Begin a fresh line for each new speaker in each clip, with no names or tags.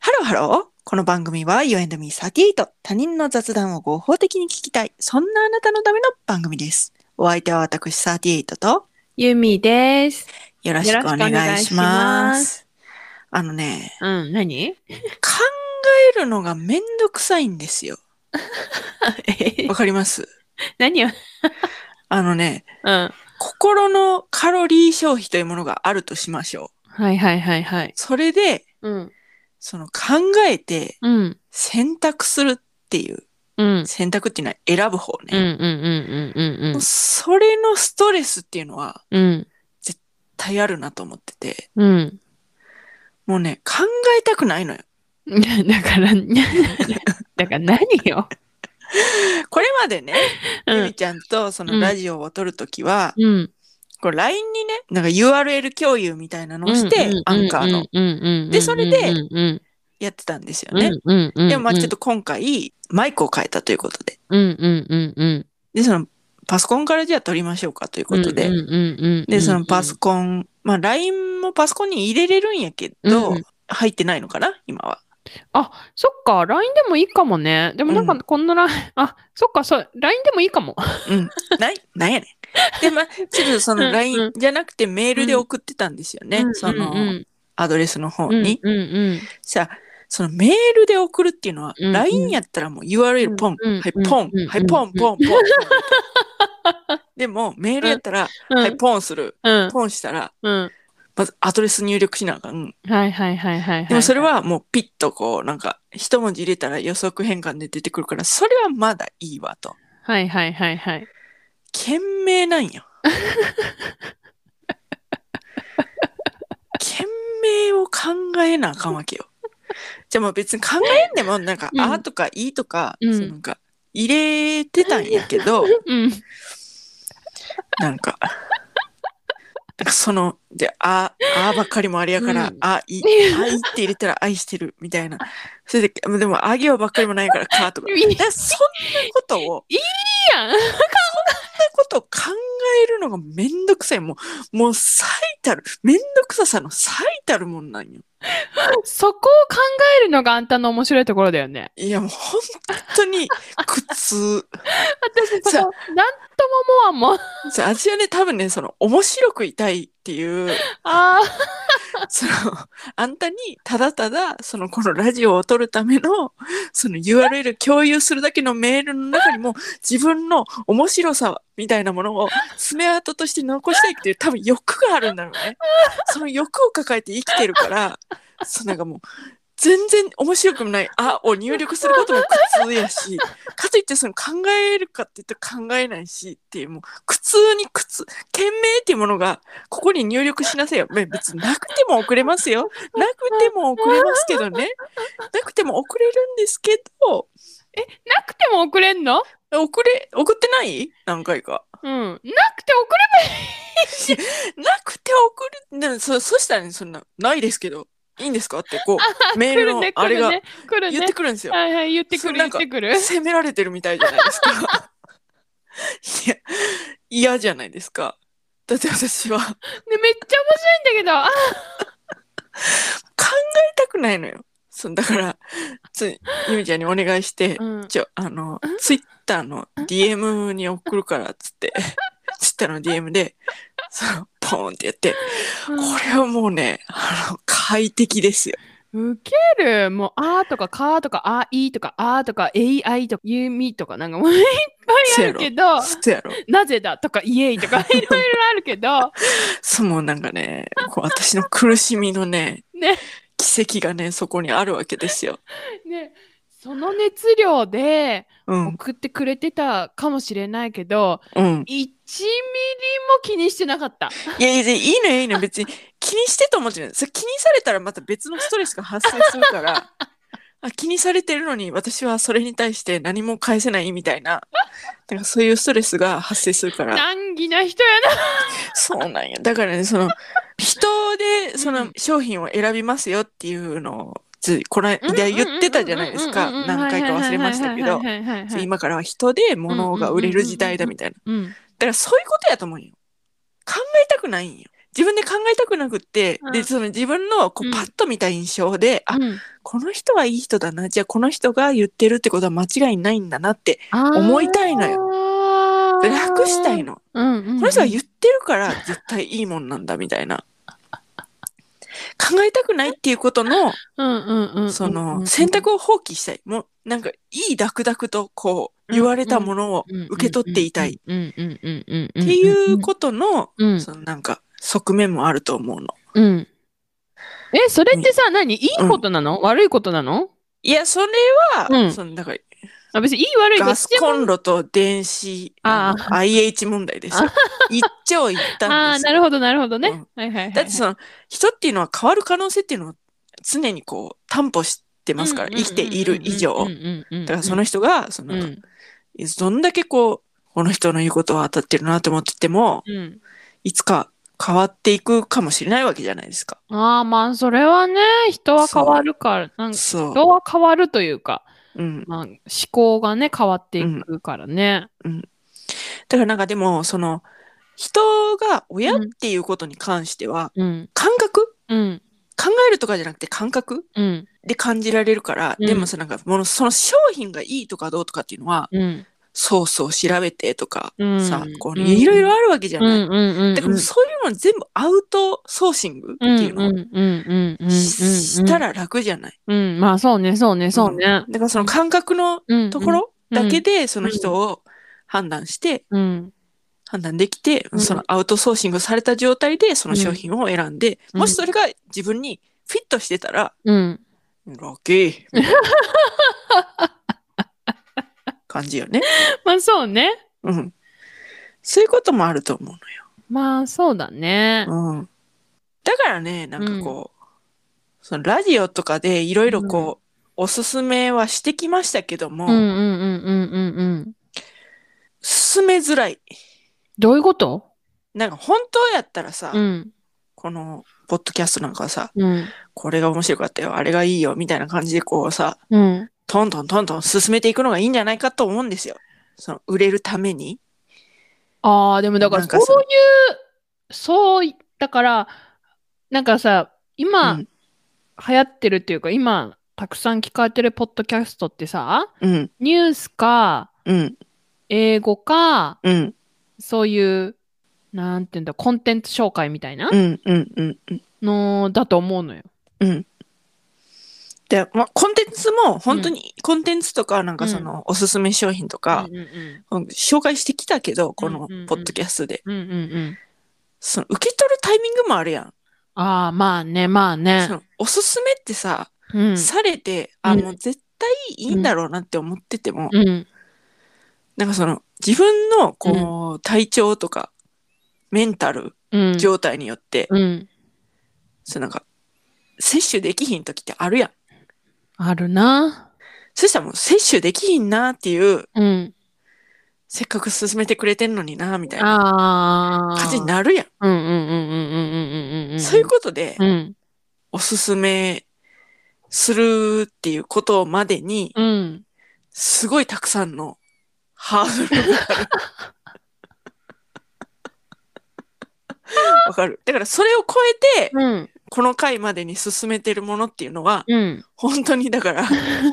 ハローこの番組は You and me サキーと他人の雑談を合法的に聞きたいそんなあなたのための番組ですお相手は私サティエイトと
ゆみです。
よろしくお願いし
よろしくお願
ま
いします
あのね
うん、何
考えるのがめんどくさいんですよわかります
何を
あのね
うん。
心のカロリー消費というものがあるとしましょう
はいはいはいはい。
それで
うん。
その考えて
うん。
選択するっていう
うん。
選択っていうのは選ぶ方ね、
うんうんうんうん
もうそれのストレスっていうのは
うんうん。
絶対あるなと思ってて、
うん。
もうね、考えたくないのよ。
うん。だから、だから何よ。
これまでね、
う
ゆり
ん。
ちゃんとそのラジオを撮るときは、
うん。
こう LINE にね、なんか URL 共有みたいなのをして、アンカーの
の
でそれで
うんうん
やってたんですよ
うん
ね。
うんうん。
でもまあちょっと
と。
今回、マイクを変えたということで、
うんうんうんうん。
で、そのパソコンからじゃあ撮りましょうかということで、
うんうんうん。
で、そのパソコン、まあ LINE もパソコンに入れれるんやけど、
うんうん
入ってないのかな、今は。
そっか、LINE でもいいかもね。でもなん
う
か
ん
こんなライン、あ、そっか、そう、LINE でもいいかも。
うん。ない、なんやねん。で、まあ、ちょっとそ
うんう
の
ん
LINE じゃなくてメールで送ってたんですよね。そ
うんうんう
の
ん
アドレスの方
うん
に。
うんうん。
さあ、そのメールで送るっていうのは、
うんうん
LINE やったらもう URL ポン、
うんうん
はい、ポン
うん、
はい、ポン、ポン、ポン。ポンでも、メールやったら、
うん
はい、ポンする。
うん
ポンしたら、
うん。
まずアドレス入力しなあかん。
はいはいはいはいい。
でもそれ、はもうピッとこう、なんか、一文字入れたら予測変換で出てくるから、それはまだいいわと。
はいはいはいはい。
懸命なんよ。懸命を考えなあかんわけよ。じゃあもう別に考えんでもなんか、
うん
あーとかいいとか、
うん
そのなんか入れてたんやけど、
うん。
なんか、なんかその、で、あー、あーばっかりもあれやから、
うん
あ、 い、あ、いって入れたら愛してるみたいな。それで、でもあ行ばっかりもないからかとか。
いいやん。いい
だからそんなことを、そんなことを考えるのがめんどくさい。もう、もう最たる、めんどくささの最たるもんなんよ。
そこを考えるのがあんたの面白いところだよね。
いや、もう本当に苦痛。
私、
さ
そこ、なんとも思わんもん。
そう私はね、多分ね、その、面白くいたいっていう、
ああ、
その、あんたに、ただただ、その、このラジオを撮るための、その URL 共有するだけのメールの中にも、自分の面白さみたいなものを爪痕として残したいっていう、多分欲があるんだろうね。その欲を抱えて生きてるから、そうなんかもう、全然面白くもない、あを入力することも苦痛やし、かといってその考えるかって言ったら考えないしっていう、もう苦痛に苦痛、懸命っていうものが、ここに入力しなさいよ。まあ別になくても送れますよ。なくても送れますけどね。なくても送れるんですけど、
なくても送れんの
送れ、送ってない何回か。
うん。なくて送れ
なくて送る、でそ、そしたらね、そんな、ないですけど、いいんですかって、こう、メー
来
ル
る
の
ね、
あ
来
れ
る
が
ね。来る
言って
ね。
くるんですよ。
はいはい、言って
そ
く
う
る、
な
言
ん
っ
か
てくる。
責められてるみたいじゃないですか。いや、嫌じゃないですか。だって私は、考
ね、めっちゃ面白いんだけど、あ
えたくないのよ。そうだから、つゆみちゃんにお願いして、
うん
ちょ、あの、ツイッターの DM に送るから、つ って、ツイッターの DM で、その、ポーンってやって、これはもうね、あの、快適ですよ。
ウケるもう、あーとか、かーとか、あいとか、あーとか、えいあいとか、ゆみとか、なんかもういっぱいあるけど、
そうやろ。
なぜだとか、イエイとか、いろいろあるけど、
そう、もうなんかね、こう私の苦しみのね、
ね、
奇跡がね、そこにあるわけですよ。
ね、その熱量で
うん、
送ってくれてたかもしれないけど、
うん。
1ミリも気にしてなかった。
いやいや、いいのよいい のよ別に気にしてと思ってない。それ気にされたらまた別のストレスが発生する から、あ気にされてるのに私はそれに対して何も返せないみたいな、なんかそういうストレスが発生する から、
難儀な人やな。
そうなんや。だからね、その、人でそうの
ん
商品を選びますよっていうのを、ついこの間言ってたじゃないですか。
うんうんうんうん
何回か忘れましたけど
はい。はいはいはいはい
そう
はい
今からは人で物が売れる時代だみたいな。
うん
だからそういうことやと思うよ。考えたくないんよ。自分で考えたくなくって、
うん
で、その自分のこ
う
うんパッと見た印象で、あ、
うん
この人はいい人だな。じゃあこの人が言ってるってことは間違いないんだなって、
あー
思いたいのよ
あー
楽したいの。
うんうんうん
この人が言ってるから絶対いいもんなんだみたいな。考えたくないっていうことの、
うんうんうんうん
その、選択を放棄したい。もう、なんか、いいダクダクと、こう、言われたものを受け取っていたい。っ
うんうんうんうんうんうんうんうん。って
いうことの、
と。うん
そのなんか、側面もあると思うの。
うん。え、それってさ、何いいことなの悪いことなの
いや、それは、
うん
その、なんか、
あ別にいい悪いど
ガ
っ
ス
ちでも
コンロと電子、
あ
の IH 問題ですよ。一長一
ああ
短
ー、
です
なる
よ。
ほど、なるほどね。
うん
はいはいはい。
だってその、人っていうのは変わる可能性っていうのを常にこう、担保してますから、生きている以上
うん。うんうんうんうんうんうんうん
だからその人が、その、
うん
どんだけこう、この人の言うことは当たってるなと思ってても、
うん
いつか変わっていくかもしれないわけじゃないですか。
ああ、まあ、それはね、人は変わるから、なんか、
そ
人は変わるというか、
う。うん。
まあ、思考がね、変わっていくからね。
だからなんかでも、その、人が親っていうことに関しては、
うん、
感覚
うん、
考えるとかじゃなくて感覚
うん、
で感じられるから、
うん
でもさ、なんか、もの、その商品がいいとかどうとかっていうのは、
うん、
ソースを調べてとか、
うん
さ、こう、
うん
いろいろあるわけじゃ
うん、う
ない。
ん、うん、
だからそういうの全部アウトソーシングっていうのを
ん、うん、うん、うん、
しした、ら楽じゃない。
うん、まあ、そうね、そうね、そうね。
だからその感覚の
うん
とこ、ろ
うん
だけでその人を判断して、
うん、
判断できて、
うん
そのアウトソーシングされた状態でその商品を選んで、
うん
もしそれが自分にフィットしてたら、
うん。
ラッキーみたいな感じよね。
まあ、そうね。
うん。そういうこともあると思
まあ、そうだね
う。の。うん。だからね、なんかこう、そのラジオとかでいろいろこう、おすすめはしてきましたけども、
うん、うん、うん、うん、うん、うん。
進めづらい。
どういうこと
なんか本当やったらさ、
うん、
このポッドキャストなんかはさ、
うん、
これが面白かったよ、あれがいいよ、みたいな感じでこうさ、
うん。
トントントントン進めていくのがいいんじゃないかと思うんですよ。その売れるために。
ああ、でもだから
なん
そ
かさ
ういう、そうい、だから、なんかさ、今、
うん
流行ってるっていうか、今、たくさん聞かれてるポッドキャストってさ、
うん、
ニュースか、
うん、
英語か、
うん、
そういう、なんていうんだ、コンテンツ紹介みたいな
うん、うん、うん、うん。
のだと思うのよ。
で、まあ、コンテンツも本当に、コンテンツとか、なんかその、おすすめ商品とか
う、んうん
紹介してきたけど、この
うんうんうん
ポッドキャストで。
うん。うんうんうん。
その、受け取るタイミングもあるやん。
ああ、まあね、まあね
そ。の、おすすめってさ、
うん。
されて、あ、
うん
もう絶対いいんだろうなって思ってても、
うん。
なんかその自分のこう体調とかメンタル
うん。
状態によって、
うん。
そのなんか摂取できひん時ってあるやん。
あるな。
そしたらもう摂取できひんなっていう、
うん。
せっかく進めてくれてんのになみたいな
ああ。
感じになるやん。
うんうんうんうんうんうんうんうん。
そういうことで
う、ん。
おすすめするっていうことまでに、
うん。
すごいたくさんのハードルがある。わかる。だからそれを超えて、
うん。
この回までに進めてるものっていうのは、
うん。
本当にだから、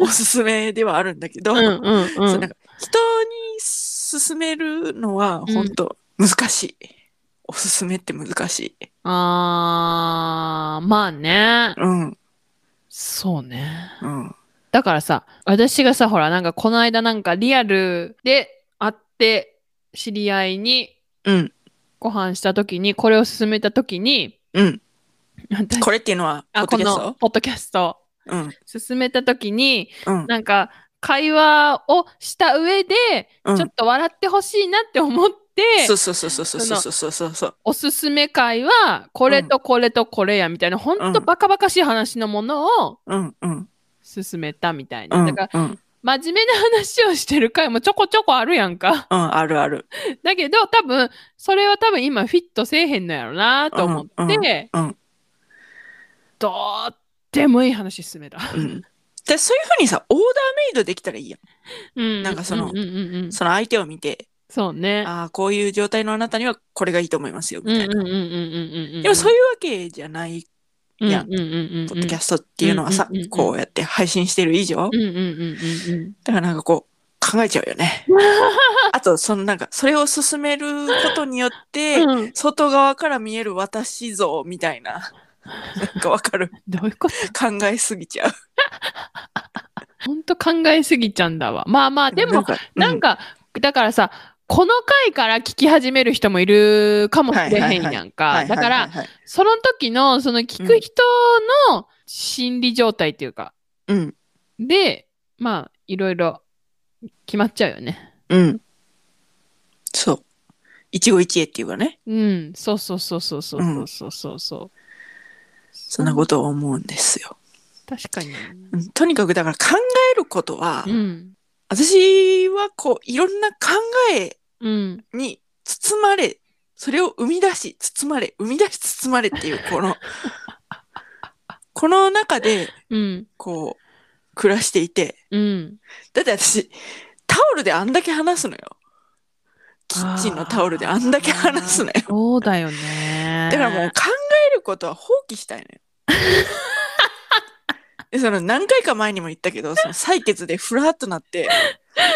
おすすめではあるんだけど、
うん。うん。
そううんなんか人に勧めるのは本当難しい。おすすめって難しい。
あー、まあね。
うん、
そうね。
うん、
だからさ、私がさ、ほら、なんかこの間なんかリアルで会って、知り合いに
うん、
ご飯した時に、これを勧めた時に、
うん。
私
これっていうのは、ポッ
あ、
ド
こ
キャス
の
ト
ポッドキャスト
うん、
勧めた時に、
うん、
なんか会話をした上で、
うん
ちょっと笑ってほしいなって思って、
そうそうそうそうそうそうそうそう。
おすすめ会はこれとこれとこれやみたいな、ほんとバカバカしい話のものを
うん、うん、
勧めたみたいな、
うん、う
だ
ん
から、
うん、
真面目な話をしてる回もちょこちょこあるやんか
あるある。
だけど多分それは多分今フィットせえへんのやろなと思って、
うんうんうん
どうでもいい話進めた、
うん。で、そういうふうにさ、オーダーメイドできたらいいやん。
うん、
なんかその
うんうんうんうん
その相手を見て、
そうね。
ああ、こういう状態のあなたにはこれがいいと思いますよ、
う
み
ん
た
う
い
ん
な。
うんうんうんうん。
でもそう
い
いうわけじゃない、
う
やん
んうんうんうん。
ポッドキャストっていうのはさ
うんうんうんう、ん
こうやって配信してる以上
う、んうんうんうん
だからなんかこう、考えちゃうよ ね。あと、そのなんか、それを進めることによって、
うん。うん
外側から見える私像みたいな、なんかわかる。
どういうこと
考えすぎちゃう。
本当考えすぎちゃうんだわ。まあまあ、でも、
か、
なんか、だからさ、この回から聞き始める人もいるかもしれへんやん
は
か。
い
だか
はい
ら、
はいはい
その時の、その聞く人の心理状態っていうか、
うん、
で、まあ、いろいろ決まっちゃうよね。
うん。そう。一期一会っていうかね、
うん、そうそうそうそうそうそうそうそう。
そんなことを思うんですよ。
確かに。
うんとにかくだから考えることは、
うん。
私はこう、いろんな考え
うん。
に包まれ、それを生み出し、包まれ、生み出し、包まれっていう、こ の、この中で、
うん。
こう、暮らしていて、
うん。
だって私、タオルであんだけ話すのよ。キッチンのタオルであんだけ話すのよ。
そうだよね。
だからもう考えることは放棄したいのよ。でその何回か前にも言ったけど、その採血でふらっとなって、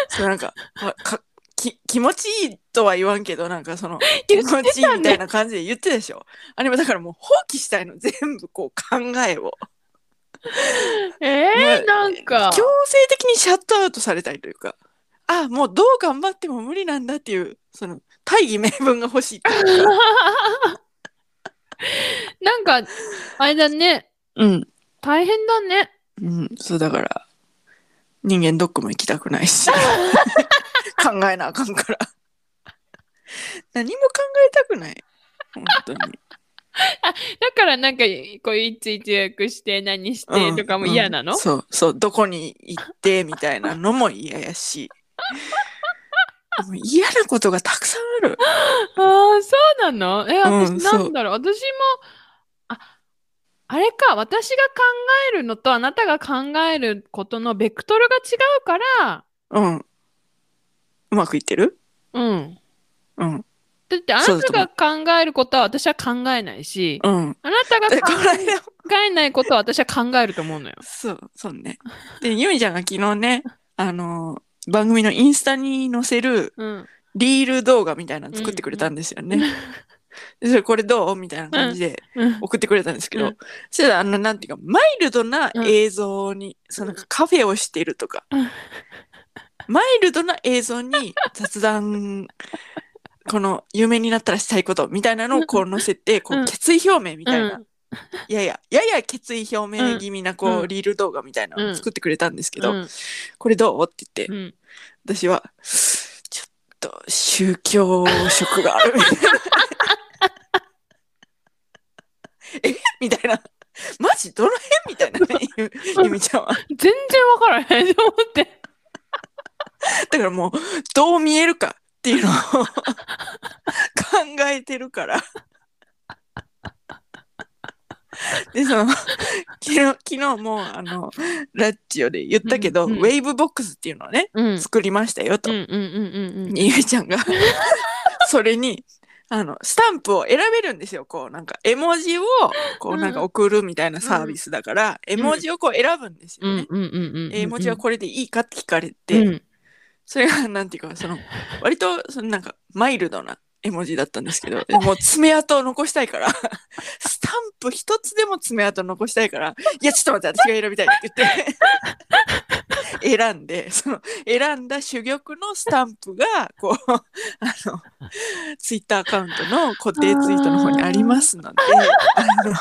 そのなんか、わかき気持ちいいとは言わんけど、なんかその、気
言
持
ってたね
ちいいみたいな感じで言ってたでしょ。あれもだからもう放棄したいの、全部こう考えを。
えー、なんか。
強制的にシャットアウトされたいというか、あ、もうどう頑張っても無理なんだっていう、その、大義名分が欲しいって いうか。
なんか、あれだね。
うん。
大変だね。
うん、そうだから、人間ドックも行きたくない し、考えなあかんから。何も考えたくない。本当に。
だからなんか、こういちいち予約して何し
う
て
ん
とかも嫌なの、
うんそう、そう、どこに行ってみたいなのも嫌やし。もう嫌なことがたくさんある。
ああ、そうなのえ、
う
私
ん
な
そうん
だろう、私も、あ、あれか、私が考えるのとあなたが考えることのベクトルが違うから、
うん。うまくいってる
うん。
うん。
だってあ
そう
な
だ
た
と思
が考えることは私は考えないし、
うん。
あなたが
で、こ
考
の間
えないことは私は考えると思うのよ。
そう、そうね。で、ゆみちゃんが昨日ね、あの、番組のインスタに載せる、
うん。
リール動画みたいなの作ってくれたんですよね。でそれこれどうみたいな感じで
うん。
送ってくれたんですけど、
うん
そしたらあのなんていうかマイルドな映像に、そのなんかカフェをしているとか、
うん
マイルドな映像に雑談この有名になったらしたいことみたいなのをこう載せてこ
う
うん決意表明みたいな、
うん
やややや決意表明気味なこう、
うん
リール動画みたいなのを作ってくれたんですけど、
うん
これどうって言って、
うん。
私は、ちょっと宗教色があるみ たいな。えみたいな。マジどの辺みたいなね、ゆゆみちゃんは。
全然わからへんと 思って。
だからもう、どう見えるかっていうのを 考えてるから。で、その、昨日、昨日も、あの、ラッチオで言ったけど、
うんうん
ウェーブボックスっていうのをね、
うん。
作りましたよと
うん。うんうんうん
にゆいちゃんが それにあのスタンプを選べるんですよこうなんか絵文字をこう
うん
なんか送るみたいなサービスだから、絵文字をこう選ぶんです
う
よ
ん。う
ね
ん。うんうんうん。
絵文字はこれでいいかって聞かれ
う
て、
ん。
それがなんていうかその割とそのなんかマイルドな絵文字だったんですけどでもう爪痕を残したいからスタンプ一つでも爪痕を残したいからいやちょっと待って私が選びたいって言って選んでその選んだ珠玉のスタンプがこうあのツイッターアカウントの固定ツイートの方にありますのであの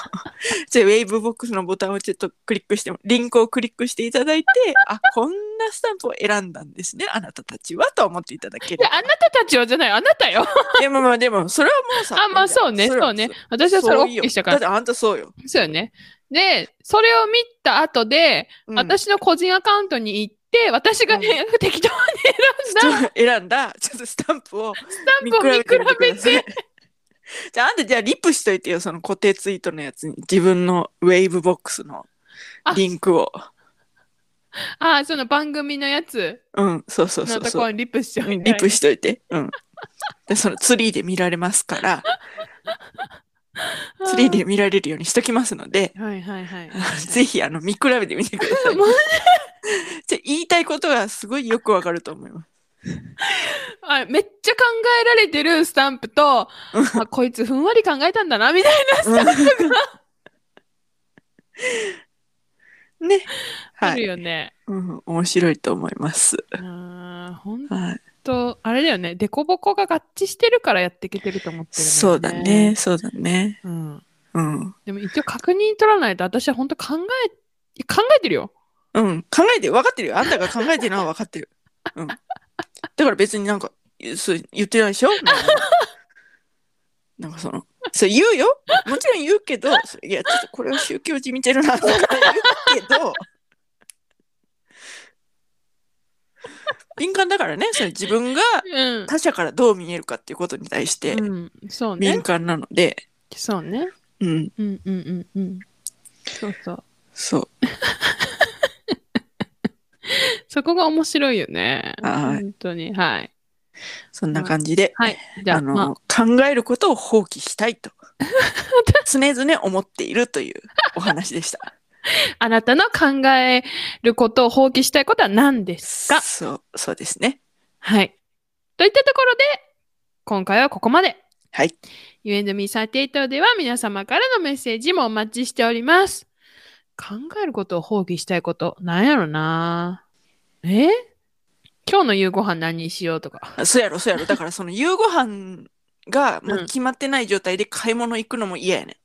じゃあウェーブボックスのボタンをちょっとクリックしてもリンクをクリックしていただいてあこんなスタンプを選んだんですねあなたたちはと思っていただけ
い
れ
や
ば
あなたたちはじゃない、あなたよ。
でもまあでもそれはもうさ
あ、まあそうね、
れは
そうね。私はそれ
そ
を
ういいよ
OK したか
だっ
ら。
てあんたそうよ、
そうよね。で、それを見た後で、
うん
私の個人アカウントに行って、私が、
うん
適当に選んだ
選んだちょっとスタンプを
スタンプを見比べて、
じゃああんたじゃあリプしといてよその固定ツイートのやつに自分のウェーブボックスのリンクを
あー、その番組のやつ
うん、そうそうそ
の
う
と
そう。
こにリップしちゃう
うんん
だ
リップしといて。うん。で、そのツリーで見られますから、ツリーで見られるようにしときますので、
はいはいはい。
ぜひ、あの、見比べてみてください
マ。
じゃ言いたいことがすごいよくわかると思います。
あめっちゃ考えられてるスタンプと、あこいつふんわり考えたんだな、みたい
ね。
な、
は
ある
い。
よね。
うん、面白いと思います。
うん、ほん
はい。
と、あれだよね。デコボコが合致してるからやっていけてると思ってる、
そうだね。。そうだね。
うん。
うん。
でも一応確認取らないと、私は本当考え、考えてるよ。
うん。考えてる、分かってるよ。あんたが考えてるのは分かってる。うん。だから別になんか、そう言ってないでしょなんかなんかその、そう言うよ。もちろん言うけど、そういや、ちょっとこれは宗教じみてるなとか言うけど、敏感だからね、それ自分が
うん。
他者からどう見えるかっていうことに対して
うん、そうね
敏。感なので、
そうね。
うん、
うんうんうんうん。そうそう。
そう。
そこが面白いよね。
はい
本当に。はい。
そんな感じで、
はい。じゃあ、
あの、
まあ
考えることを放棄した いと常々思っているというお話でした。
あなたの考えることを放棄したいことは何ですか
そうそうですね。
はい。といったところで、今回はここまで。
はい。
You and me38 では皆様からのメッセージもお待ちしております。考えることを放棄したいこと、なんやろなえ今日の夕ご飯何にしようとか。
そうやろそうやろだからその夕ご飯がもう
うん
決まってない状態で買い物行くのも嫌 やねん。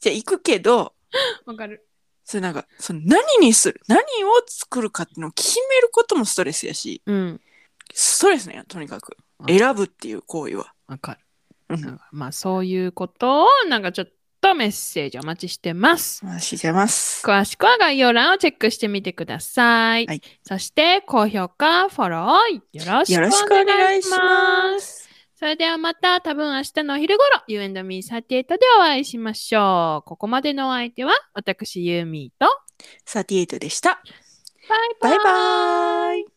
じゃあ行くけど
わかる。
それなんかその何にする何を作るかっていうのを決めることもストレスやし
うん。
ストレスねとにかく
うん
選ぶっていう行為は。
わかる。
うん
なんかまあ、そういうことを、なんかちょっとメッセージお待ちしてます。
お話ししてます。
詳しくは概要欄をチェックしてみてください。
はい
そして、高評価、フォロー、よろし
よ
くお
ろしくお
願
願
い
い
し
し
ま。
ますす。
それではまた、多分明日のお昼頃、You and Me38 でお会いしましょう。ここまでのお相手は、私、ユーミーと、
38でした。
バイバ
バ
イ
イバーイ。